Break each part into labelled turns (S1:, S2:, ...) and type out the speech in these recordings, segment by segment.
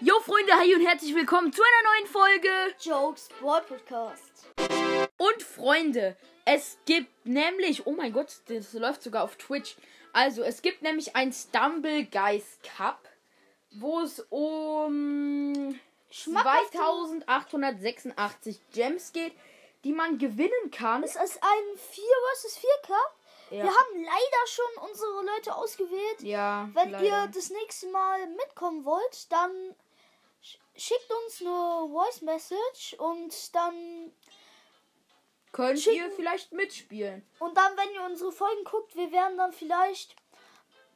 S1: Jo Freunde, hi und herzlich willkommen zu einer neuen Folge.
S2: Jokes Brawl Podcast.
S1: Und Freunde, es gibt nämlich, oh mein Gott, das läuft sogar auf Twitch. Also, es gibt nämlich ein Stumble Guys Cup, wo es um
S2: Schmackhaft.
S1: 2886 Gems geht, die man gewinnen kann.
S2: Es ist ein 4 vs 4 Cup.
S1: Ja.
S2: Wir haben leider schon unsere Leute ausgewählt.
S1: ja,
S2: Wenn
S1: leider.
S2: ihr das nächste Mal mitkommen wollt, dann sch- schickt uns eine Voice Message und dann
S1: könnt ihr
S2: schicken-
S1: vielleicht mitspielen.
S2: und dann wenn ihr unsere Folgen guckt, wir werden dann vielleicht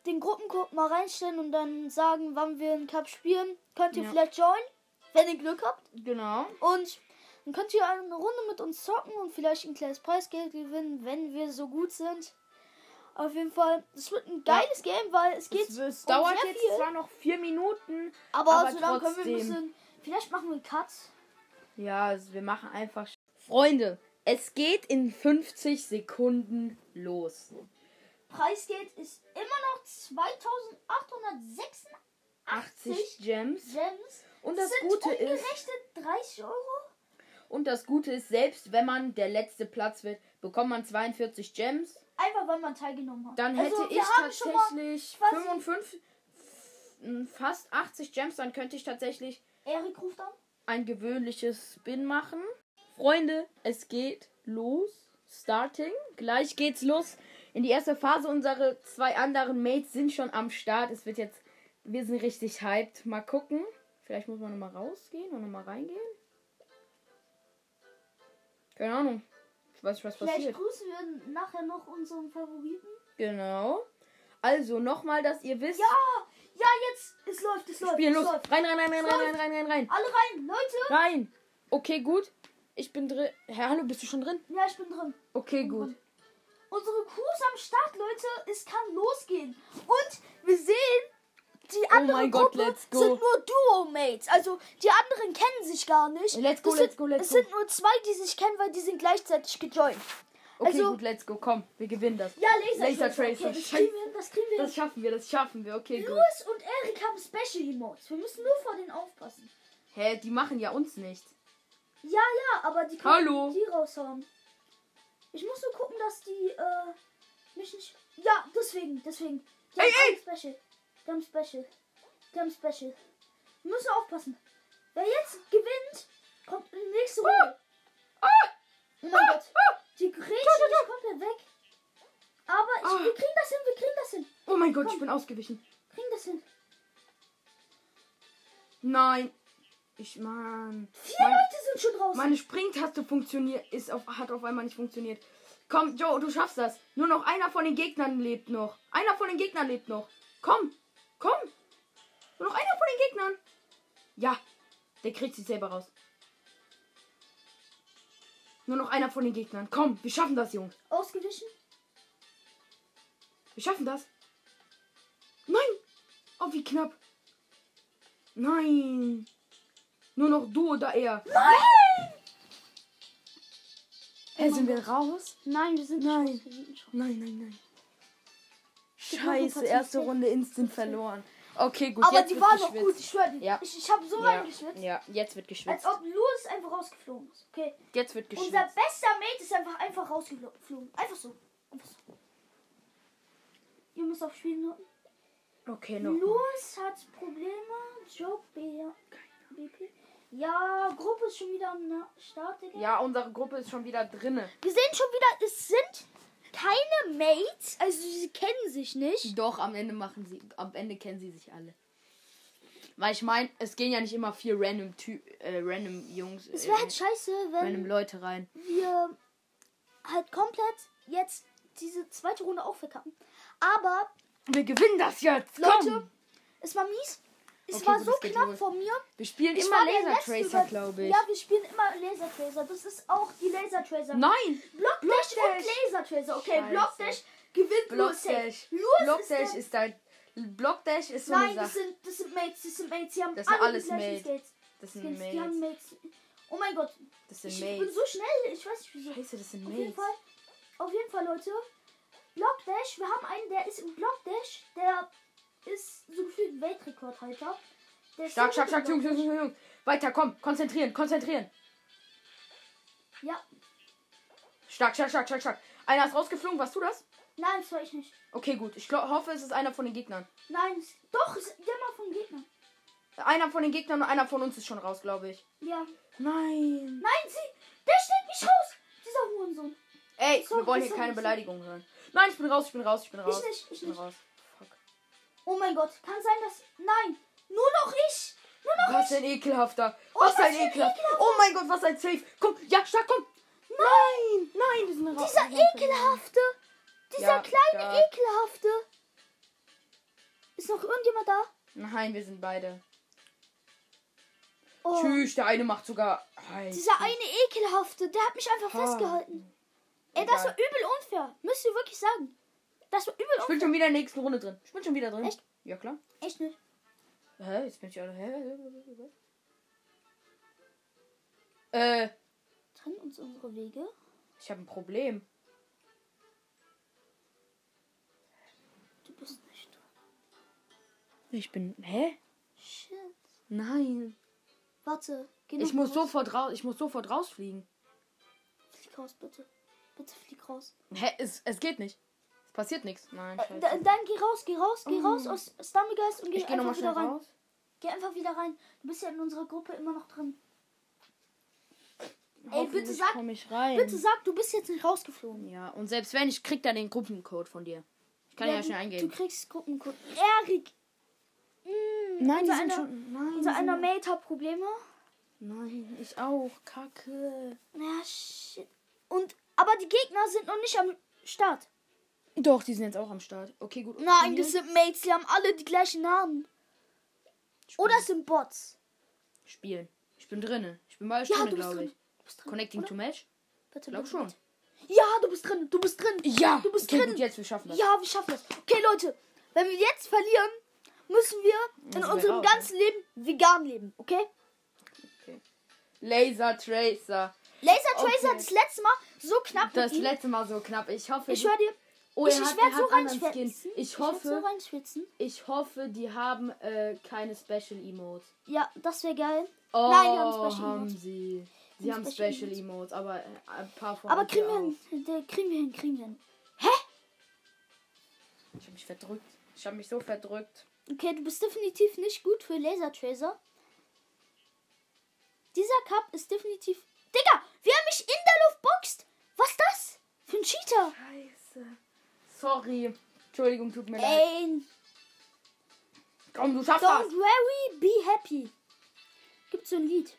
S2: den Gruppencode mal reinstellen und dann sagen, wann wir einen Cup spielen. Könnt ihr
S1: Ja.
S2: vielleicht joinen, wenn ihr Glück habt.
S1: Genau.
S2: Und dann könnt ihr eine Runde mit uns zocken und vielleicht ein kleines Preisgeld gewinnen, wenn wir so gut sind. Auf jeden Fall, es wird ein geiles Game, weil es geht. um
S1: es, es dauert
S2: sehr
S1: jetzt
S2: viel.
S1: zwar noch vier Minuten,
S2: aber
S1: aber
S2: so lange können wir ein
S1: trotzdem.
S2: bisschen. Vielleicht machen wir einen Cut.
S1: Ja, also wir machen einfach. Freunde, es geht in 50 Sekunden los.
S2: Preisgeld ist immer noch 2886
S1: 80 Gems.
S2: Gems.
S1: Und das
S2: sind
S1: Gute ist,
S2: umgerechnet 30 Euro.
S1: und das Gute ist, selbst wenn man der letzte Platz wird, bekommt man 42 Gems.
S2: Einfach weil man teilgenommen hat.
S1: Dann hätte
S2: also, wir
S1: ich
S2: haben schon mal
S1: tatsächlich
S2: quasi-
S1: 55, f- fast 80 Gems, dann könnte ich tatsächlich
S2: Erik ruft an.
S1: ein gewöhnliches Spin machen. Freunde, es geht los. Starting. Gleich geht's los. In die erste Phase. Unsere zwei anderen Mates sind schon am Start. Es wird jetzt. Wir sind richtig hyped. Mal gucken. Vielleicht muss man nochmal rausgehen und nochmal reingehen. Keine Ahnung. Ich weiß nicht, was
S2: Vielleicht
S1: passiert.
S2: grüßen wir nachher noch unseren Favoriten.
S1: Genau. Also nochmal, dass ihr wisst.
S2: Ja, ja, jetzt. Es läuft, es läuft.
S1: Spielen
S2: es
S1: los.
S2: läuft.
S1: Rein, rein, rein, rein,
S2: Es
S1: rein,
S2: läuft.
S1: rein, rein, rein, rein.
S2: Alle rein, Leute.
S1: Rein. Okay, gut. Ich bin drin. Herr, hallo, bist du schon drin?
S2: Ja, ich bin drin.
S1: Okay,
S2: bin
S1: gut.
S2: drin. Unsere Crew ist am Start, Leute. Es kann losgehen. Und wir sehen, die andere
S1: Oh mein Gott,
S2: Gruppe
S1: let's go.
S2: sind nur Duo-Mates. Also die anderen kennen sich gar nicht.
S1: Let's go,
S2: es
S1: let's
S2: sind,
S1: go, let's
S2: Es
S1: go.
S2: sind nur zwei, die sich kennen, weil die sind gleichzeitig gejoint.
S1: Okay,
S2: Also-
S1: gut, let's go. Komm, wir gewinnen das.
S2: Ja, Laser,
S1: Laser Tracer.
S2: Okay, das
S1: Scheiße.
S2: kriegen wir, das kriegen wir.
S1: Das schaffen wir, das schaffen wir. Okay, gut.
S2: Louis und Erik haben Special Emotes. Wir müssen nur vor denen aufpassen.
S1: Hä, die machen ja uns nichts.
S2: Ja, ja, aber die können
S1: Hallo.
S2: die raushauen. Ich muss nur gucken, dass die äh, mich nicht. Ja, deswegen, deswegen. Die
S1: Ey,
S2: haben alle Special. Die haben Special. Die haben Special. Wir müssen aufpassen. Wer jetzt gewinnt, kommt in die nächste
S1: Ah.
S2: Runde. Oh mein Gott. Die Grätsche ist komplett weg. Aber ich,
S1: Ah.
S2: wir kriegen das hin, wir kriegen das hin.
S1: Oh mein Gott,
S2: Komm.
S1: ich bin ausgewichen.
S2: Kriegen das hin.
S1: Nein. Ich, Mann.
S2: Vier
S1: Mein,
S2: Leute sind schon raus.
S1: meine Springtaste funktioniert, ist auf, hat auf einmal nicht funktioniert. Komm, Joe, du schaffst das. Nur noch einer von den Gegnern lebt noch. Einer von den Gegnern lebt noch. Komm, komm. Nur noch einer von den Gegnern. Ja, der kriegt sich selber raus. Nur noch einer von den Gegnern. Komm, wir schaffen das, Jungs.
S2: Ausgewichen.
S1: Wir schaffen das. Nein! Oh, wie knapp. Nein. Nur noch du oder er. Nein! Hä, Äh, sind wir raus?
S2: Nein, wir sind
S1: Nein.
S2: schon ausgewichen.
S1: Nein, nein, nein.
S2: machen
S1: Scheiße,
S2: Partie
S1: erste
S2: safe.
S1: Runde instant verloren. Okay, gut.
S2: Aber
S1: jetzt
S2: die
S1: wird
S2: waren noch
S1: geschwitzt.
S2: gut, ich schwöre. die-
S1: Ja.
S2: Ich, ich habe so reingeschwitzt.
S1: Ja, ja, jetzt wird
S2: Als
S1: geschwitzt.
S2: ob Louis einfach rausgeflogen ist. Okay.
S1: Jetzt wird geschwitzt.
S2: Unser bester Mate ist einfach, einfach rausgeflogen. Einfach so. Einfach so. Ihr müsst auf Spielen noten.
S1: Okay, noch.
S2: Louis hat Probleme. Joke B. BP. Ja, Gruppe ist schon wieder am Na- Start, Digga.
S1: Ja, unsere Gruppe ist schon wieder drinne.
S2: Wir sehen schon wieder, es sind keine Mates. Also sie kennen sich nicht.
S1: Doch, am Ende machen sie, am Ende kennen sie sich alle. Weil ich meine, es gehen ja nicht immer vier random Ty äh, random Jungs,
S2: Es
S1: äh,
S2: wäre halt scheiße, wenn
S1: random Leute rein.
S2: wir halt komplett jetzt diese zweite Runde auch verkacken. Aber
S1: Wir gewinnen das jetzt.
S2: Leute,
S1: komm!
S2: es war mies. Es
S1: Okay,
S2: war
S1: gut,
S2: so
S1: es geht
S2: knapp
S1: los.
S2: von mir.
S1: wir spielen
S2: Ich
S1: immer
S2: war der
S1: Laser
S2: Letzte,
S1: Tracer,
S2: weil-
S1: glaube ich.
S2: Ja, wir spielen immer Laser Tracer. Das ist auch die Laser Tracer.
S1: Nein,
S2: Block, Dash,
S1: Blockdash.
S2: und Laser Tracer. Okay,
S1: Scheiße.
S2: Block Dash gewinnt
S1: Block
S2: Louis safe.
S1: Dash.
S2: Louis
S1: Block
S2: ist
S1: Dash
S2: der-
S1: ist dein Block Dash ist so eine
S2: Nein, das
S1: Sache.
S2: sind, das sind Mates, das sind Mates. Die haben
S1: Das sind
S2: alle
S1: alles
S2: die gleichen
S1: Mates.
S2: Skates.
S1: Das sind
S2: Skills. Die haben
S1: Mates.
S2: Mates. Oh mein Gott,
S1: Das
S2: ich
S1: sind
S2: bin
S1: Mates.
S2: so schnell. Ich weiß nicht wieso.
S1: Scheiße, das sind
S2: Auf jeden
S1: Mates.
S2: Fall, auf jeden Fall, Leute. Block Dash, wir haben einen, der ist im Block Dash, der ist so gefühlt Weltrekordhalter. Der
S1: Stark, stark,
S2: Sinn-
S1: stark, Jungs, Jungs, Jungs, Jungs. Weiter, komm, konzentrieren, konzentrieren.
S2: Ja.
S1: Stark, stark, stark, stark, stark. Einer ist rausgeflogen, warst du das?
S2: Nein, das war ich nicht.
S1: Okay, gut. Ich glaub, hoffe, es ist einer von den Gegnern.
S2: Nein, es- doch, es- der war vom Gegner.
S1: Einer von den Gegnern und einer von uns ist schon raus, glaube ich.
S2: Ja.
S1: Nein.
S2: Nein, sie, der stellt mich raus. Dieser Hurensohn.
S1: Ey,
S2: So,
S1: wir wollen hier
S2: so,
S1: keine
S2: so.
S1: Beleidigungen hören. Nein, ich bin raus, ich bin raus, ich bin raus.
S2: Ich nicht, ich
S1: bin
S2: nicht.
S1: raus. Fuck.
S2: Oh mein Gott, kann sein, dass. Nein, nur noch ich. Nur noch
S1: Was
S2: ich.
S1: ein ekelhafter.
S2: Oh,
S1: Was
S2: was
S1: ein
S2: für ein
S1: ekelhafter.
S2: ekelhafter.
S1: Oh mein Gott, was ein Safe. Komm, ja, stark, komm. Nein, nein, wir sind raus.
S2: Dieser
S1: Wir sind
S2: ekelhafte. Dieser
S1: Ja,
S2: kleine
S1: stark.
S2: ekelhafte. Ist noch irgendjemand da?
S1: verloren. Nein, wir sind beide.
S2: Oh,
S1: Tschüss, der eine macht sogar. Ei,
S2: dieser eine ekelhafte, der hat mich einfach
S1: Ah.
S2: festgehalten. Ey,
S1: Egal.
S2: das war übel unfair. Müsst ihr wirklich sagen. Das war übel
S1: Ich
S2: unfair.
S1: bin schon wieder in der nächsten Runde drin. Ich bin schon wieder drin.
S2: Echt?
S1: Ja, klar.
S2: Echt nicht.
S1: Hä, jetzt bin ich alle. Hä? Äh,
S2: Trennen uns unsere Wege.
S1: ich habe ein Problem.
S2: Du bist nicht du.
S1: Ich bin. Hä?
S2: Shit.
S1: Nein.
S2: Warte, geh
S1: Ich
S2: noch
S1: muss
S2: raus.
S1: sofort raus. Ich muss sofort rausfliegen.
S2: Flieg raus, bitte. Bitte flieg raus.
S1: Hä? Es, es geht nicht. Es passiert nichts. Nein,
S2: Äh,
S1: scheiße.
S2: da- dann geh raus, geh raus, geh
S1: Oh.
S2: raus aus Stammegeist und geh
S1: ich gehe nochmal
S2: einfach
S1: schnell
S2: wieder rein.
S1: raus.
S2: Geh einfach wieder rein. Du bist ja in unserer Gruppe immer noch drin.
S1: Hoffentlich
S2: bitte sag-
S1: komm ich rein.
S2: Bitte sag, du bist jetzt nicht rausgeflogen.
S1: Ja, und selbst wenn, ich krieg dann den Gruppencode von dir. Ich kann ja,
S2: du,
S1: schnell
S2: Du
S1: eingeben.
S2: kriegst Gruppencode. Erik! Mm,
S1: Nein, die
S2: unser
S1: sind
S2: einer,
S1: schon. Nein, die
S2: Unser einer
S1: sind-
S2: Mate hat Probleme.
S1: Nein, ich auch. Kacke.
S2: Ja, shit. Und, aber die Gegner sind noch nicht am Start.
S1: Doch, die sind jetzt auch am Start. Okay, gut.
S2: Nein,
S1: Hier.
S2: das sind Mates, die haben alle die gleichen Namen.
S1: Spielen.
S2: Oder es sind Bots.
S1: Spielen. Ich bin drinne. Ich bin bei der
S2: Ja,
S1: Stunde,
S2: du bist
S1: glaube
S2: drin.
S1: ich.
S2: Du bist drin.
S1: Connecting
S2: oder?
S1: to Match?
S2: Bitte,
S1: Glaub
S2: bitte,
S1: schon.
S2: bitte. Ja, du bist drin, du bist drin.
S1: Ja,
S2: du bist
S1: okay,
S2: drin.
S1: Gut, jetzt, wir schaffen das.
S2: Ja, wir schaffen das. Okay, Leute, wenn wir jetzt verlieren, müssen wir in
S1: Müssen wir
S2: unserem
S1: raus,
S2: ganzen Leben vegan leben, okay?
S1: Laser Tracer.
S2: Laser Tracer
S1: Okay.
S2: das letzte Mal so knapp
S1: Das
S2: mit ihm.
S1: letzte Mal so knapp. Ich hoffe,
S2: Ich schwör dir,
S1: oh,
S2: ich,
S1: er
S2: ich
S1: hat- er
S2: werde
S1: hat
S2: so
S1: anderen Skin.
S2: reinschwitzen.
S1: Ich
S2: werd so
S1: hoffe,
S2: reinschwitzen.
S1: ich hoffe, die haben äh, keine Special Emotes.
S2: Ja, das wäre geil.
S1: Oh,
S2: Nein, die haben Special
S1: haben
S2: Emotes.
S1: sie.
S2: Die
S1: Sie haben
S2: haben
S1: Special,
S2: Special
S1: Emotes, aber äh, ein paar von
S2: Aber
S1: uns
S2: kriegen
S1: ja
S2: wir
S1: auch.
S2: hin, der- kriegen wir hin, kriegen wir hin.
S1: Ich habe mich verdrückt. Ich habe mich so verdrückt.
S2: Okay, du bist definitiv nicht gut für Laser Tracer. Dieser Cup ist definitiv... Digga, wie er mich in der Luft boxt! Was ist das für ein Cheater?
S1: Scheiße. Sorry. Entschuldigung, tut mir leid.
S2: Ey, oh
S1: Komm, du schaffst
S2: Don't
S1: das.
S2: worry, be happy. Gibt's so ein Lied?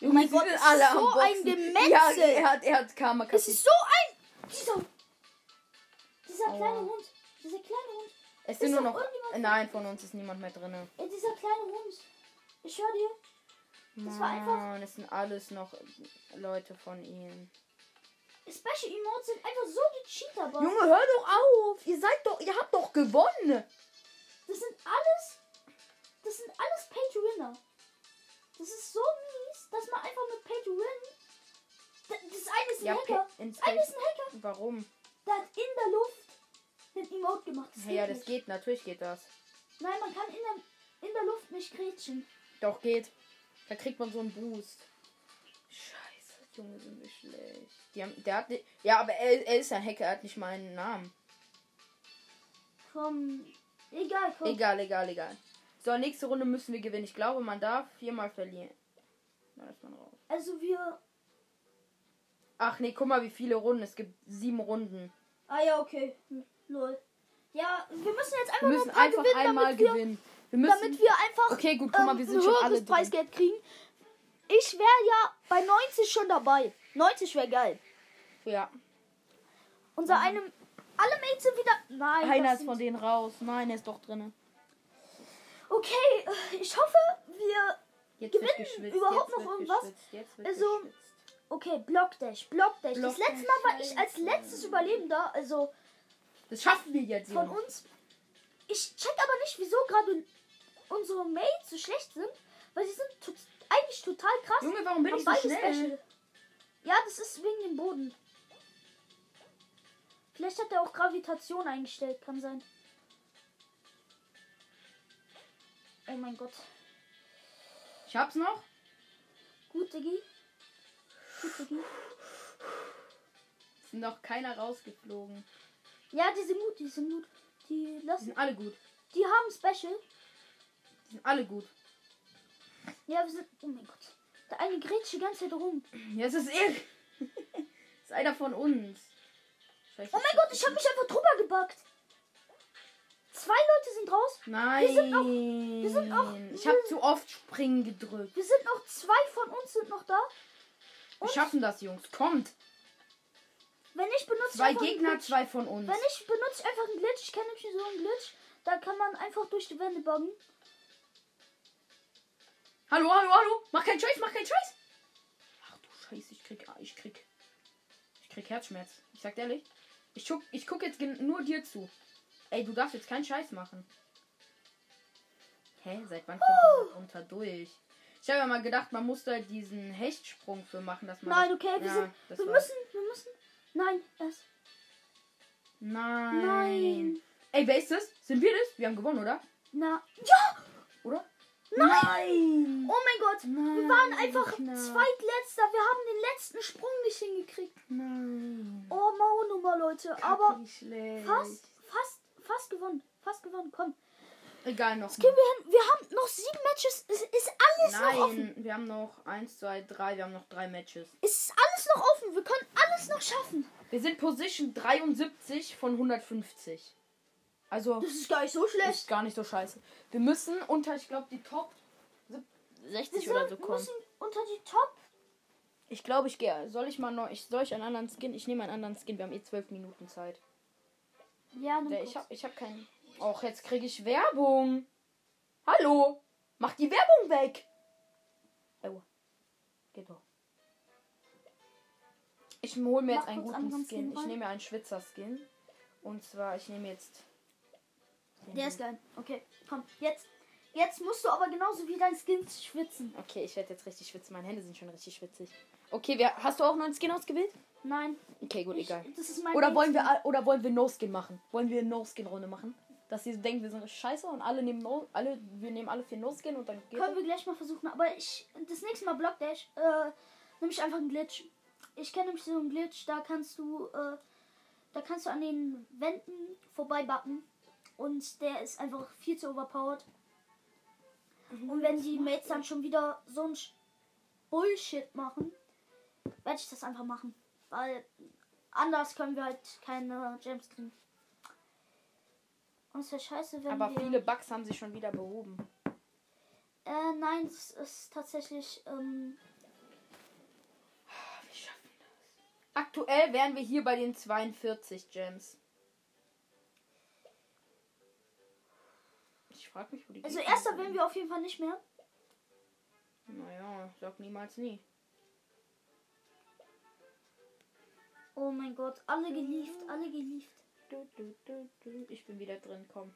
S1: Junge,
S2: mein
S1: sie
S2: Gott,
S1: sind
S2: das
S1: alle
S2: ist
S1: am
S2: so
S1: Boxen.
S2: ein Demenzel.
S1: Ja, er hat, er hat Karma
S2: Es
S1: kassiert.
S2: ist so ein. Dieser. Dieser
S1: Aua.
S2: kleine Hund. Dieser kleine Hund.
S1: Es sind
S2: ist
S1: nur
S2: doch
S1: noch.
S2: irgendjemand-
S1: Nein, von uns ist niemand mehr drin.
S2: Ey, dieser kleine Hund. Ich höre dir. Das war einfach-
S1: Mann, es sind alles noch Leute von ihnen.
S2: Special Emotes sind einfach so die cheater -Bots.
S1: Junge, hör doch auf! Ihr seid doch, ihr habt doch gewonnen!
S2: Das sind alles. Das sind alles Pay to Winner. Das ist so mies, dass man einfach mit Pay to Win. D- Das eine ist ein
S1: Ja,
S2: Hacker.
S1: Pay- ins
S2: Das eine
S1: Pay-
S2: ist ein Hacker.
S1: Warum?
S2: Der hat in der Luft einen Emote gemacht. Das
S1: Ja,
S2: geht
S1: das
S2: nicht.
S1: geht, natürlich geht das.
S2: Nein, man kann in der, in der Luft nicht grätschen.
S1: Doch geht. Da kriegt man so einen Boost. Scheiße, Junge, sind wir schlecht. Die haben, der hat nicht, ja, aber er, er ist ein Hacker, er hat nicht meinen Namen.
S2: Komm. Egal, komm.
S1: Egal, egal, egal. So, nächste Runde müssen wir gewinnen. Ich glaube, man darf viermal verlieren. Dann ist man raus.
S2: Also wir.
S1: Ach nee, guck mal, wie viele Runden. Es gibt sieben Runden.
S2: Ah ja, okay. Hm, Lol. Ja, wir müssen jetzt einfach
S1: Wir
S2: nur
S1: müssen
S2: ein paar
S1: einfach
S2: gewinnen,
S1: einmal
S2: damit wir,
S1: gewinnen. Wir
S2: damit
S1: müssen.
S2: wir einfach
S1: Okay, gut, guck mal,
S2: ähm,
S1: wir
S2: ein
S1: sind schon alle
S2: höheres
S1: drin.
S2: Preisgeld kriegen. Ich wäre ja bei 90 schon dabei. 90 wäre geil.
S1: Ja.
S2: Unser einem. Alle Mates sind wieder. Nein.
S1: Mhm. Einer
S2: das
S1: ist
S2: sind-
S1: von denen raus. Nein, er ist doch drin.
S2: Okay, äh, ich hoffe, wir.
S1: Jetzt
S2: Gewinnen überhaupt noch irgendwas?
S1: geschwitzt, jetzt wird
S2: Also,
S1: geschwitzt.
S2: Okay, Block Dash, Block Dash.
S1: Block
S2: das letzte
S1: Dash,
S2: Mal war ich als
S1: scheiße.
S2: letztes Überlebender, also
S1: Das schaffen wir jetzt.
S2: von
S1: Junge.
S2: uns. Ich check aber nicht, wieso gerade unsere Mates so schlecht sind, weil sie sind to eigentlich total krass.
S1: Junge, warum bin
S2: Haben
S1: ich so
S2: beide
S1: schnell?
S2: Special. Ja, das ist wegen dem Boden. Vielleicht hat er auch Gravitation eingestellt, kann sein. Oh mein Gott.
S1: Ich hab's noch.
S2: Gut, Diggi. Gut, Diggi.
S1: Ist noch keiner rausgeflogen.
S2: Ja, die sind gut, die sind gut. Die
S1: Die
S2: lassen.
S1: sind alle gut.
S2: Die haben Special.
S1: Die sind alle gut.
S2: Ja, wir sind. Oh mein Gott. Der eine grätscht die ganze Zeit rum.
S1: Jetzt ist er. ist einer von uns. Vielleicht
S2: Oh mein Gott, ich habe mich einfach drüber gebackt. Zwei Leute sind raus.
S1: Nein.
S2: wir sind auch- wir sind auch-
S1: ich habe zu oft springen gedrückt.
S2: Wir sind noch zwei von uns sind noch da.
S1: Wir
S2: Und?
S1: schaffen das, Jungs. Kommt.
S2: Wenn ich benutze
S1: Zwei
S2: einfach einen
S1: Gegner,
S2: Glitch.
S1: zwei von uns.
S2: Wenn ich benutze einfach einen Glitch, ich kenne nämlich so einen Glitch, da kann man einfach durch die Wände buggen.
S1: Hallo, hallo, hallo. Mach keinen Scheiß, mach keinen Scheiß. Ach du Scheiße, ich krieg, ah, ich krieg, ich krieg Herzschmerz. Ich sag dir ehrlich. Ich guck, ich guck jetzt gen- nur dir zu. Ey, du darfst jetzt keinen Scheiß machen. Hä, seit wann kommt man runter durch? Ich habe ja mal gedacht, man muss da diesen Hechtsprung für machen, dass man.
S2: Nein, okay, wir,
S1: Ja,
S2: sind,
S1: das
S2: wir
S1: war's.
S2: müssen, wir müssen. Nein, erst.
S1: Nein.
S2: Nein.
S1: Ey, wer ist das? Sind wir das? Wir haben gewonnen, oder?
S2: Na. Ja!
S1: Oder?
S2: Nein! Oh mein Gott! wir
S1: Nein,
S2: waren einfach
S1: knapp.
S2: zweitletzter. Wir haben den letzten Sprung nicht hingekriegt.
S1: Nein.
S2: Oh, mau Nummer, Leute.
S1: Kacke,
S2: Aber
S1: wie schlecht.
S2: fast, fast, fast gewonnen. Fast gewonnen. Komm.
S1: Egal noch.
S2: Gehen wir hin. Wir haben noch sieben Matches. Es ist alles noch offen.
S1: Nein, wir haben noch 1, 2, 3, wir haben noch drei Matches.
S2: Es ist alles noch offen. Wir können alles noch schaffen.
S1: Wir sind Position 73 von 150. Also
S2: Das ist gar nicht so schlecht.
S1: ist gar nicht so scheiße. Wir müssen unter, ich glaube, die Top sieb- 60
S2: Wir
S1: oder so
S2: sind- wir
S1: kommen.
S2: müssen unter die Top.
S1: Ich glaube, ich gehe. Soll ich mal neu, ich, soll ich einen anderen Skin? Ich nehme einen anderen Skin. Wir haben eh 12 Minuten Zeit.
S2: Ja,
S1: Der,
S2: nimm
S1: ich
S2: kurz.
S1: habe ich hab keinen. Och, jetzt kriege ich Werbung. Hallo? Mach die Werbung weg. Aua. Geht doch. Ich hole mir jetzt
S2: Mach
S1: einen
S2: kurz
S1: guten
S2: anderen Skin
S1: Skin. Ich
S2: rein.
S1: nehme mir einen Schwitzer-Skin. Und zwar, ich nehme jetzt.
S2: Der ist geil. Okay, komm, jetzt. Jetzt musst du aber genauso wie dein Skin schwitzen.
S1: Okay, ich werde jetzt richtig schwitzen. Meine Hände sind schon richtig schwitzig. Okay, wer, hast du auch noch einen Skin ausgewählt?
S2: Nein.
S1: Okay, gut,
S2: ich-
S1: egal.
S2: Das ist mein
S1: Oder
S2: Ding.
S1: wollen wir all- oder wollen wir No-Skin machen? Wollen wir No-Skin-Runde machen? Dass sie denken, wir sind scheiße und alle nehmen no, alle, wir nehmen alle vier No-Skin und dann geht
S2: Können wir gleich mal versuchen. Aber ich. Das nächste Mal Block Dash. Äh, nimm ich einfach einen Glitch. Ich kenne nämlich so einen Glitch. Da kannst du. Äh, da kannst du an den Wänden vorbeibacken. Und der ist einfach viel zu overpowered.
S1: Mhm.
S2: Und wenn die Mates dann schon wieder so ein Sch- Bullshit machen, werde ich das einfach machen. Weil anders können wir halt keine Gems kriegen. Und es wäre scheiße, wenn
S1: Aber
S2: wir...
S1: viele Bugs haben sie schon wieder behoben.
S2: Äh, nein, es ist tatsächlich. Ähm,
S1: Wir schaffen das. Aktuell wären wir hier bei den 42 Gems. Ich frage mich, wo die.
S2: also,
S1: Gegner
S2: erster
S1: sind.
S2: werden wir auf jeden Fall nicht mehr.
S1: Naja, sag niemals nie.
S2: Oh mein Gott, alle gelieft, alle gelieft.
S1: Du, du, du, du. Ich bin wieder drin, komm.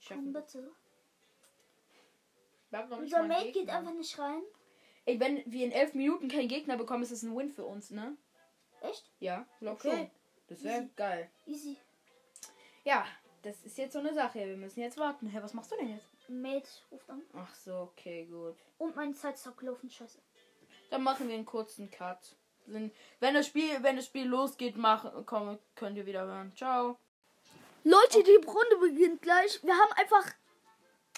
S1: Ich
S2: Komm
S1: schaffen.
S2: bitte.
S1: Wir haben noch nicht
S2: Unser
S1: mal einen
S2: Mate geht
S1: Gegner.
S2: einfach nicht rein.
S1: Ey, wenn wir in elf Minuten keinen Gegner bekommen, ist es ein Win für uns, ne?
S2: Echt?
S1: Ja, glaub
S2: Okay.
S1: schon. Das wäre
S2: Easy.
S1: geil.
S2: Easy.
S1: Mhm. Ja, das ist jetzt so eine Sache. Wir müssen jetzt warten. Hä, was machst du denn jetzt?
S2: Mate ruft an.
S1: Ach so, okay, gut.
S2: Und mein Zeitstock laufen, scheiße.
S1: Dann machen wir einen kurzen Cut. Wenn wenn das Spiel, wenn das Spiel losgeht, machen, komm, könnt ihr wieder hören. Ciao.
S2: Leute, die Runde beginnt gleich. Wir haben einfach.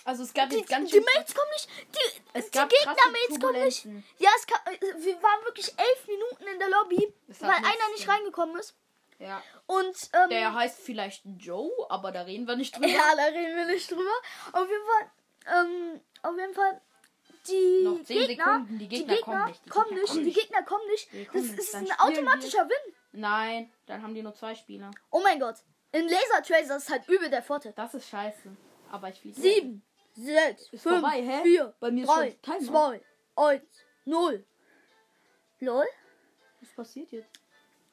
S1: Also es gab
S2: Die,
S1: jetzt ganz
S2: die
S1: schön.
S2: Mates kommen nicht. Die,
S1: Es
S2: die
S1: gab krasse
S2: Gegner-Mates kommen nicht.
S1: Turbulenzen.
S2: Ja, es kam, äh, wir waren wirklich elf Minuten in der Lobby,
S1: Das hat
S2: weil
S1: nichts
S2: einer nicht
S1: gemacht.
S2: reingekommen ist.
S1: Ja.
S2: Und ähm,
S1: Der heißt vielleicht Joe, aber da reden wir nicht drüber.
S2: Ja, da reden wir nicht drüber. Auf jeden Fall, ähm, auf jeden Fall, die
S1: Noch zehn
S2: Gegner,
S1: Sekunden, die Gegner kommen nicht, die Gegner kommen
S2: die
S1: nicht.
S2: Gegner kommen nicht.
S1: Die
S2: Das
S1: kommen nicht,
S2: ist
S1: dann
S2: ein
S1: spielen
S2: automatischer Win.
S1: Nein, dann haben die nur zwei Spieler.
S2: Oh mein Gott, in Laser Tracer ist halt übel der Vorteil.
S1: Das ist scheiße. Aber ich fliege.
S2: Sieben, sechs,
S1: Ist
S2: fünf,
S1: vorbei, hä?
S2: vier,
S1: Bei mir ist
S2: drei,
S1: schon Timer.
S2: zwei, eins, null. Lol.
S1: Was passiert jetzt?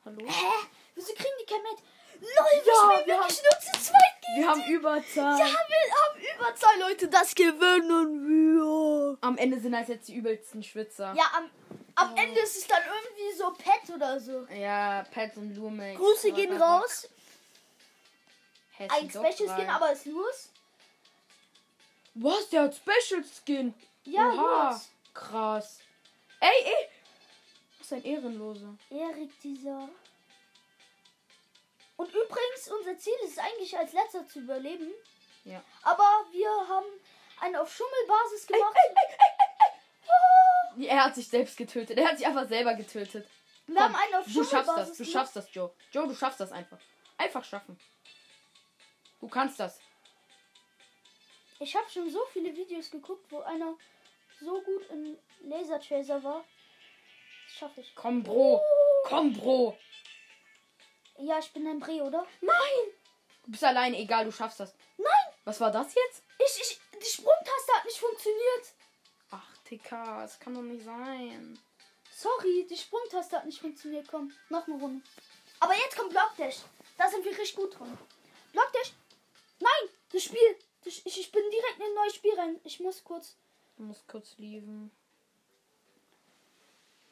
S1: Hallo?
S2: Hä? Wieso kriegen die kein mit? Lol, wir
S1: Ja,
S2: spielen
S1: wir
S2: wirklich nur zu zweit gegen
S1: Wir haben
S2: die.
S1: Überzahl.
S2: Ja, wir haben Überzahl, Leute. Das gewinnen wir.
S1: Am Ende sind das jetzt die übelsten Schwitzer.
S2: Ja, am, am Ende ist es dann irgendwie so Pet oder so.
S1: Ja, Pat und Lume.
S2: Grüße gehen raus. Ein Special Skin, aber ist los.
S1: Was? Der hat Special Skin.
S2: Ja,
S1: Oha.
S2: Jonas.
S1: Krass. Ey, ey. Was ist ein Ehrenloser?
S2: Erik, dieser. Und übrigens, unser Ziel ist eigentlich als letzter zu überleben.
S1: Ja.
S2: Aber wir haben einen auf Schummelbasis gemacht.
S1: Er hat sich selbst getötet. Er hat sich einfach selber getötet.
S2: wir haben
S1: Komm,
S2: einen auf ne?
S1: Du schaffst das.
S2: Schummelbasis
S1: Du
S2: gemacht.
S1: schaffst das, Joe. Joe, du schaffst das einfach. Einfach schaffen. Du kannst das.
S2: Ich habe schon so viele Videos geguckt, wo einer so gut im Laser Chaser war. Das schaffe ich.
S1: Komm,
S2: Uh.
S1: Bro. Komm, Bro.
S2: Ja, ich bin ein Bre, oder?
S1: Du bist alleine. Egal, du schaffst das.
S2: Nein!
S1: Was war das jetzt?
S2: Ich, ich, die Sprungtaste hat nicht funktioniert.
S1: Ach, Dicker. Das kann doch nicht sein.
S2: Sorry, die Sprungtaste hat nicht funktioniert. Komm, noch eine Runde. Aber jetzt kommt Blockdash. Da sind wir richtig gut dran. Blockdash. Nein, das Spiel. Das, ich, ich bin direkt in ein neues Spiel rein. Ich muss kurz.
S1: Ich muss kurz lieben.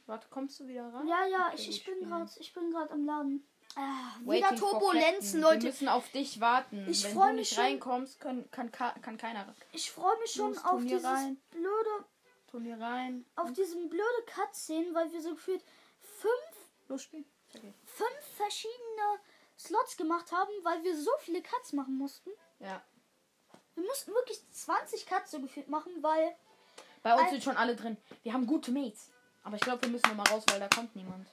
S1: Warte, kommst du wieder ran?
S2: Ja, ja,
S1: Okay,
S2: ich,
S1: gut
S2: ich bin
S1: spielen.
S2: gerade ich bin gerade am Laden. Ah,
S1: Waiting
S2: wieder
S1: for Captain.
S2: Turbulenzen,
S1: Wir
S2: Leute.
S1: müssen auf dich warten.
S2: Ich
S1: Wenn
S2: freu
S1: du
S2: mich
S1: nicht
S2: schon.
S1: reinkommst, können, kann, ka- kann keiner.
S2: Ich freue mich schon
S1: Los,
S2: auf
S1: Turnier
S2: dieses
S1: rein. Hm?
S2: blöde
S1: Tun wir rein.
S2: auf diesen blöde Cutscene, weil wir so gefühlt fünf,
S1: Los spielen. Okay.
S2: fünf verschiedene Slots gemacht haben, weil wir so viele Cuts machen mussten.
S1: Ja.
S2: Wir mussten wirklich 20 Cuts so gefühlt machen, weil
S1: Bei uns
S2: Al-
S1: sind schon alle drin. Wir haben gute Mates. Aber ich glaube, wir müssen nochmal raus, weil da kommt niemand.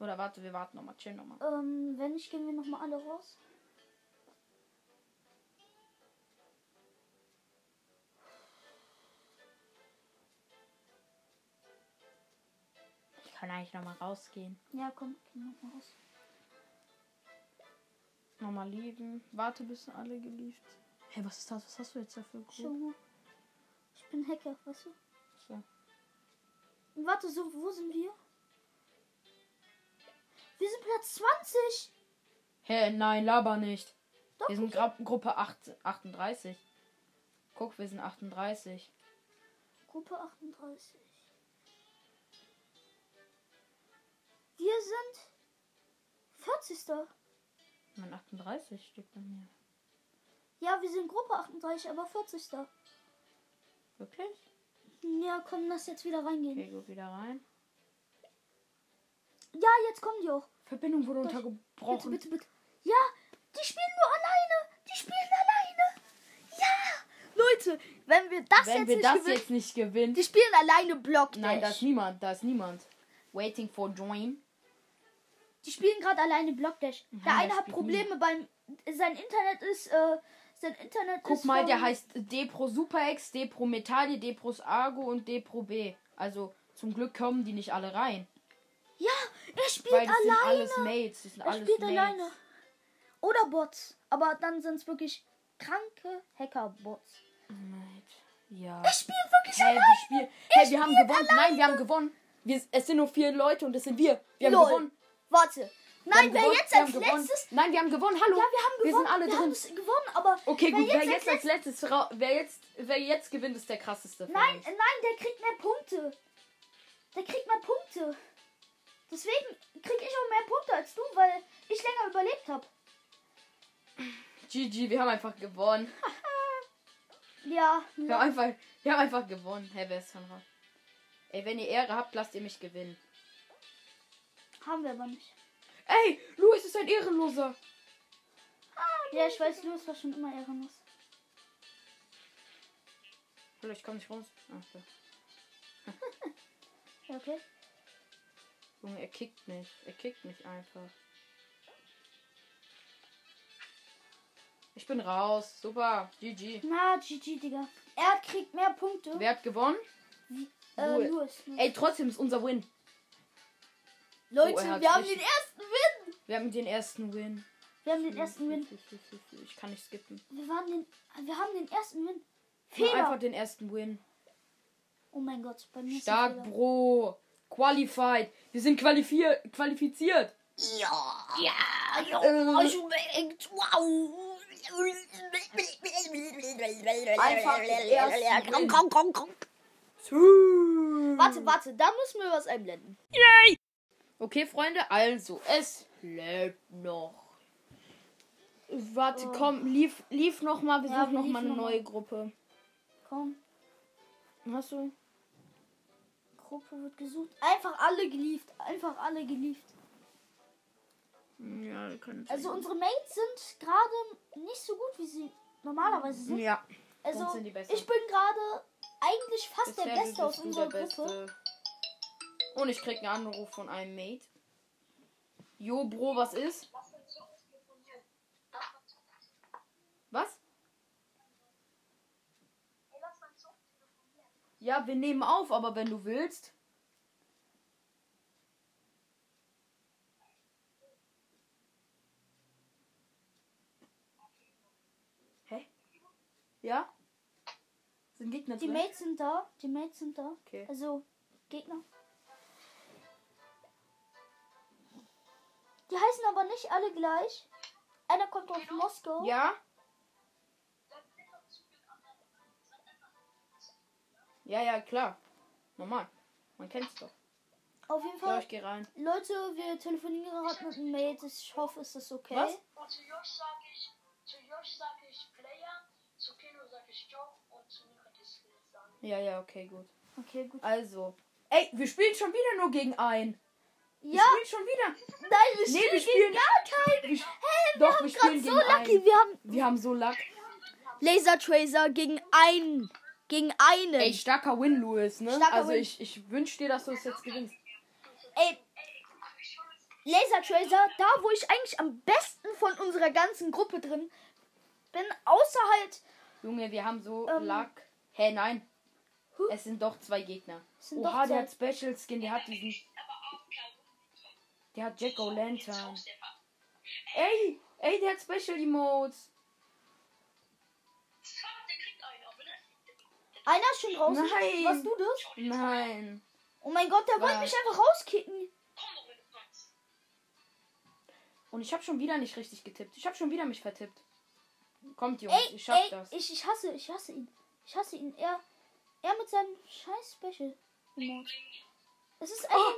S1: Oder warte, wir warten nochmal. Chill nochmal.
S2: ähm, wenn nicht, gehen wir nochmal alle raus.
S1: Ich kann eigentlich nochmal rausgehen.
S2: Ja, komm, gehen wir nochmal raus.
S1: Nochmal lieben. Warte, bis alle geliebt. Hey, was ist das? Was hast du jetzt dafür?
S2: Schau mal. Ich bin Hacker, weißt du?
S1: So.
S2: Und Warte, so, wo sind wir? Wir sind Platz 20.
S1: Hey, nein, laber nicht.
S2: Doch,
S1: Wir sind Gra Gruppe 8, 38. Guck, wir sind 38.
S2: Gruppe 38. Wir sind 40.
S1: Mein 38 steht bei mir.
S2: Ja, wir sind Gruppe 38, aber 40.
S1: Wirklich?
S2: Ja, komm, lass jetzt wieder reingehen.
S1: Okay, gut, wieder rein.
S2: Ja, jetzt kommen die auch.
S1: Verbindung wurde
S2: Doch. Bitte,
S1: untergebrochen.
S2: bitte, bitte. Ja, die spielen nur alleine. Die spielen alleine. Ja. Leute, wenn wir das
S1: Wenn
S2: jetzt
S1: wir
S2: nicht
S1: das
S2: gewinnen.
S1: jetzt nicht gewinnen.
S2: Die spielen alleine Block
S1: Nein, da
S2: Dash.
S1: ist niemand, da ist niemand. Waiting for join.
S2: Die spielen gerade alleine Block Dash. Der
S1: Ja,
S2: eine
S1: Mhm, das
S2: hat
S1: geht
S2: Probleme beim sein Internet ist äh, sein Internet ist
S1: Guck mal,
S2: vom-
S1: der heißt Depro Superex, Depro Metalli, Depro Argo und Depro B. Also zum Glück kommen die nicht alle rein.
S2: Ja, er spielt
S1: Weil das sind
S2: alleine.
S1: alles Mates. Das sind
S2: er
S1: alles
S2: spielt
S1: Mates.
S2: alleine. Oder Bots, aber dann sind es wirklich kranke Hacker Bots.
S1: Mate. Ja.
S2: Er spielt wirklich
S1: Hey,
S2: alleine.
S1: wir, spiel hey, wir haben gewonnen. Nein, wir haben gewonnen. Wir, es sind nur vier Leute und es sind wir. Wir haben
S2: Lol.
S1: gewonnen.
S2: Warte.
S1: Wir
S2: Nein,
S1: haben
S2: wer
S1: gewonnen.
S2: jetzt
S1: Wir
S2: als
S1: haben gewonnen.
S2: letztes
S1: Nein, wir haben gewonnen. Hallo.
S2: Ja, wir haben gewonnen.
S1: Wir sind alle
S2: wir
S1: drin.
S2: haben es gewonnen, aber
S1: Okay,
S2: wer
S1: gut. Wer
S2: jetzt
S1: jetzt als letztes, ra- wer jetzt, wer jetzt gewinnt, ist der krasseste. von
S2: Nein,
S1: uns.
S2: äh, nein, der kriegt mehr Punkte. Der kriegt mehr Punkte. Deswegen krieg ich auch mehr Punkte als du, weil ich länger überlebt habe.
S1: GG, wir haben einfach gewonnen.
S2: Ja,
S1: Wir haben einfach, wir haben einfach gewonnen. Hey, wer ist schon raus? Ey, wenn ihr Ehre habt, lasst ihr mich gewinnen.
S2: haben wir aber nicht.
S1: Ey, Louis ist ein Ehrenloser.
S2: Ja, ich weiß, Louis war schon immer ehrenlos.
S1: Hallo, ich komm nicht raus. Ah, Ach, da.
S2: Ja, okay.
S1: Junge, er kickt mich. Er kickt mich einfach. Ich bin raus. Super. GG.
S2: Na, GG, Digga. Er kriegt mehr Punkte.
S1: Wer hat gewonnen?
S2: äh,
S1: Louis.
S2: Louis. ne?
S1: Ey, trotzdem ist unser Win.
S2: Leute,
S1: oh, er hat's
S2: wir haben den
S1: richtig-
S2: ersten Win.
S1: Wir haben den ersten Win.
S2: Wir haben den ersten Win.
S1: Ich kann nicht skippen.
S2: Wir waren den, wir haben den ersten Win.
S1: Nur
S2: Fehler.
S1: einfach den ersten Win.
S2: Oh mein Gott, bei mir ist
S1: Stark,
S2: ein Fehler.
S1: Bro. Qualified. Wir sind qualifier qualifiziert.
S3: Ja.
S2: Ja, ja. Äh.
S3: Einfach
S2: den ersten Ring.
S3: Komm, komm, komm.
S2: Warte, warte, da müssen wir was einblenden.
S1: Okay, Freunde, also, es lebt noch. Warte, komm, lief, lief noch mal, wir
S2: Ja,
S1: suchen noch
S2: Oh. lief
S1: mal eine
S2: noch mal.
S1: neue Gruppe.
S2: Komm.
S1: Hast du?
S2: Gruppe wird gesucht. Einfach alle gelieft. Einfach alle gelieft.
S1: Ja, kann
S2: Also unsere Mates sind gerade nicht so gut, wie sie normalerweise sind.
S1: Ja.
S2: Also
S1: sind die besten.
S2: ich bin gerade eigentlich fast der
S1: Bisher
S2: Beste aus
S1: bist du
S2: unserer
S1: der
S2: Gruppe.
S1: Beste. Und ich krieg einen Anruf von einem Mate. Jo, Bro, was ist? Was? Ja, wir nehmen auf, aber wenn du willst. Hä? Ja? Sind Gegner
S2: Die
S1: drin?
S2: Mates sind da. Die Mates sind da.
S1: Okay.
S2: Also Gegner. Die heißen aber nicht alle gleich. Einer kommt aus Moskau.
S1: Genau. Ja? Ja, ja, klar. Normal. Man kennt's doch.
S2: Auf jeden
S1: So,
S2: Fall.
S1: ich geh rein.
S2: Leute, wir telefonieren gerade mit einem Mate. Ich hoffe, es ist okay.
S1: Was?
S4: Und zu Josh sage ich, zu Josh sage ich Player, zu Kino sage ich Job und zu Mira die Skills sagen.
S1: Ja, ja, okay, gut.
S2: Okay, gut.
S1: Also. Ey, wir spielen schon wieder nur gegen einen.
S2: Ja,
S1: Wir spielen schon wieder.
S2: nein, wir
S1: Nee,
S2: spielen
S1: wir spielen gar keinen. doch, wir spielen
S2: gerade so
S1: gegen
S2: lucky.
S1: einen.
S2: Wir haben
S1: Wir haben so Luck.
S2: Laser Tracer gegen einen. Gegen einen.
S1: Ey, starker Win, Louis, ne?
S2: Starker
S1: also
S2: Win.
S1: ich, ich wünsch dir, dass du es jetzt gewinnst.
S2: Ey. Laser Tracer, da wo ich eigentlich am besten von unserer ganzen Gruppe drin bin, außer halt.
S1: Junge, wir haben so
S2: Ähm.
S1: Luck. Hä, nein.
S2: Huh?
S1: Es sind doch zwei Gegner.
S2: Sind doch
S1: Oha, der
S2: zwei.
S1: hat Special Skin, der hat diesen. Der hat Jack O'Lantern. Ey, ey, der hat Special Emotes.
S2: Einer ist schon draußen.
S1: Nein.
S2: Warst du das?
S1: Nein.
S2: Oh mein Gott, der wollte
S1: Was?
S2: mich einfach rauskicken.
S1: Und ich habe schon wieder nicht richtig getippt. Ich habe schon wieder mich vertippt. Kommt, Jungs,
S2: Ey,
S1: ich schaff
S2: ey,
S1: das.
S2: ich, ich hasse, ich hasse ihn. Ich hasse ihn. Er, er mit seinem scheiß Special. Emote. Es
S1: Ah.
S2: ist einfach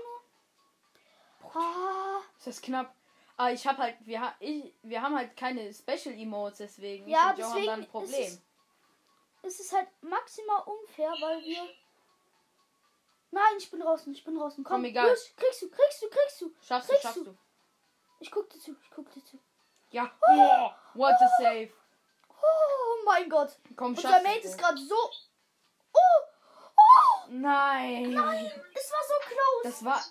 S2: nur. Ah,
S1: Ist das knapp? Ah, ich habe halt, wir, ha ich, wir haben halt keine Special Emotes, deswegen.
S2: Ja,
S1: ich und Joe haben
S2: deswegen
S1: da ein Problem.
S2: ist es- es ist halt maximal unfair, weil wir. Nein, ich bin draußen, ich bin draußen. Komm,
S1: Komm, egal.
S2: Los, kriegst du, kriegst du, kriegst du.
S1: schaffst du,
S2: kriegst
S1: schaffst
S2: du.
S1: du.
S2: Ich guck dir zu, ich guck dir zu.
S1: Ja. Oh, what a save.
S2: Oh mein Gott.
S1: Komm,
S2: Unser
S1: schaffst
S2: Mate
S1: du.
S2: ist gerade so. Oh! Oh!
S1: Nein.
S2: Nein! Es war so close.
S1: Das war.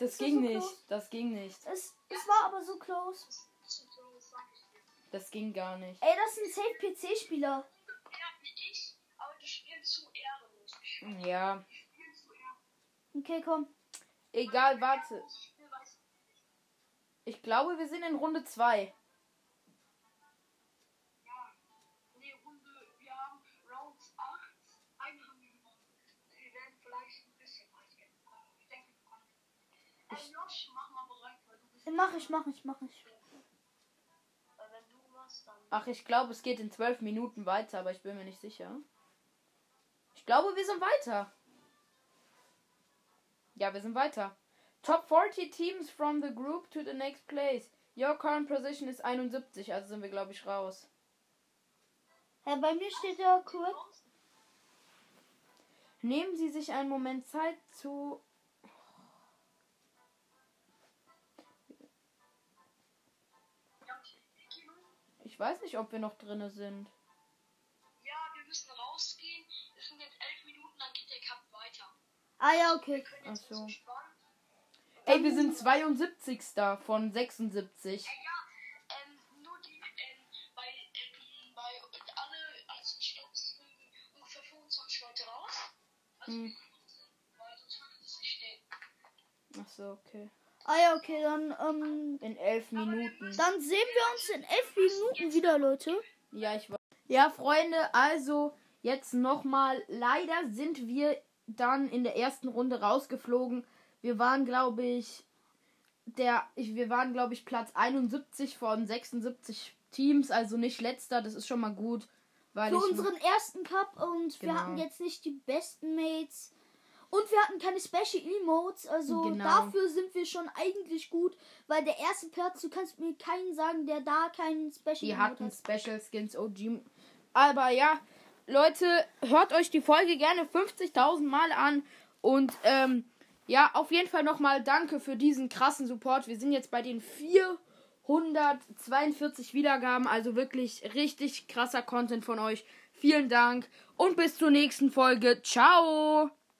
S1: Das ging
S2: so
S1: nicht.
S2: close.
S1: Das ging nicht.
S2: es, es war aber so close.
S1: Das ging gar nicht.
S2: Ey, das sind safe PC-Spieler.
S1: Ja.
S2: Okay, komm.
S1: Egal, warte. Ich glaube, wir sind in Runde 2.
S4: Also, Josh, mach mal bereit, weil du bist.
S2: Mach ich, mach ich, mach ich.
S4: Weil wenn du machst, dann.
S2: Ah.
S1: Ach, ich glaube, es geht in 12 Minuten weiter, aber ich bin mir nicht sicher. Ich glaube, wir sind weiter. Ja, wir sind weiter. Top 40 Teams from the group to the next place. Your current position is 71, also sind wir, glaube ich, raus.
S2: Äh, bei mir steht ja kurz.
S1: Nehmen Sie sich einen Moment Zeit zu. Ich weiß nicht, ob wir noch drinne sind.
S4: Ja, wir müssen rausgehen. Es sind jetzt elf Minuten, dann geht der Kampf weiter.
S2: Ah ja, okay.
S1: Ach so.
S4: Spannend.
S1: Ey, wir sind 72. von 76.
S4: Äh, Ähm, nur die, ähm, bei, ähm, bei alle, also ich glaube, es sind ungefähr 25 Leute raus. Also
S1: Hm.
S4: wir können nicht weiter, sonst würde das nicht stehen.
S1: Ach so, okay.
S2: Ah ja, okay, dann, ähm.
S1: In elf Minuten.
S2: Dann sehen wir uns in elf Minuten wieder, Leute.
S1: Ja, ich weiß. Ja, Freunde, also jetzt nochmal. Leider sind wir dann in der ersten Runde rausgeflogen. Wir waren, glaube ich, der, ich, wir waren, glaube ich, Platz 71 von 76 Teams, also nicht letzter. Das ist schon mal gut. Weil
S2: Für
S1: ich
S2: unseren ersten Cup und wir
S1: Genau.
S2: hatten jetzt nicht die besten Mates. Und wir hatten keine Special Emotes, also
S1: Genau.
S2: dafür sind wir schon eigentlich gut, weil der erste Platz, du kannst mir keinen sagen, der da keinen Special
S1: Die
S2: Emote
S1: hatten Special Skins OG. Aber ja, Leute, hört euch die Folge gerne 50.000 Mal an. Und ähm, ja, auf jeden Fall nochmal danke für diesen krassen Support. Wir sind jetzt bei den 442 Wiedergaben. Also wirklich richtig krasser Content von euch. Vielen Dank und bis zur nächsten Folge. Ciao!